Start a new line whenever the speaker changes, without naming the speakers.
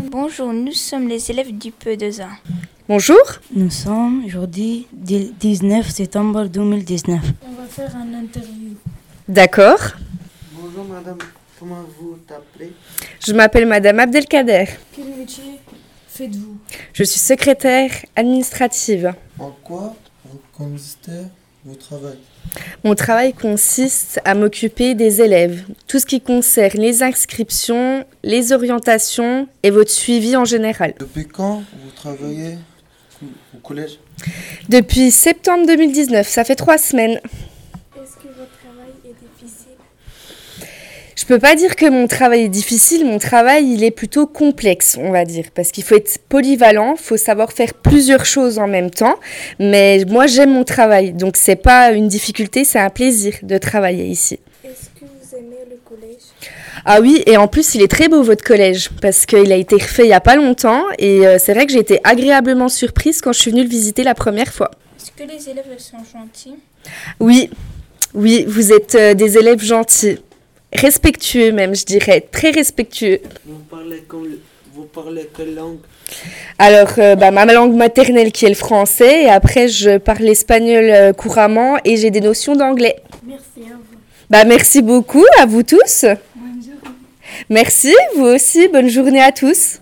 Bonjour, nous sommes les élèves du E PE2A.
Bonjour.
Nous sommes aujourd'hui 19 septembre 2019.
On va faire un interview.
D'accord.
Bonjour madame, comment vous t'appelez
Je m'appelle Madame Abdelkader.
Quel métier faites-vous
Je suis secrétaire administrative.
En quoi vous consistez votre travail
Mon travail consiste à m'occuper des élèves, tout ce qui concerne les inscriptions, les orientations et votre suivi en général.
Depuis quand vous travaillez au collège
Depuis septembre 2019, ça fait trois semaines.
Est-ce que votre travail est difficile
Je peux pas dire que mon travail est difficile, mon travail il est plutôt complexe, on va dire, parce qu'il faut être polyvalent, faut savoir faire plusieurs choses en même temps, mais moi j'aime mon travail, donc c'est pas une difficulté, c'est un plaisir de travailler ici.
Est-ce que vous aimez le collège
Ah oui, et en plus il est très beau votre collège, parce qu'il a été refait il y a pas longtemps, et euh, c'est vrai que j'ai été agréablement surprise quand je suis venue le visiter la première fois.
Est-ce que les élèves sont gentils
Oui, oui, vous êtes euh, des élèves gentils, respectueux même, je dirais, très respectueux.
Vous parlez, comme le- vous parlez quelle langue
Alors, euh, bah, ma langue maternelle qui est le français, et après je parle l'espagnol euh, couramment et j'ai des notions d'anglais.
Merci à vous.
Bah, merci beaucoup à vous tous. Merci, vous aussi, bonne journée à tous.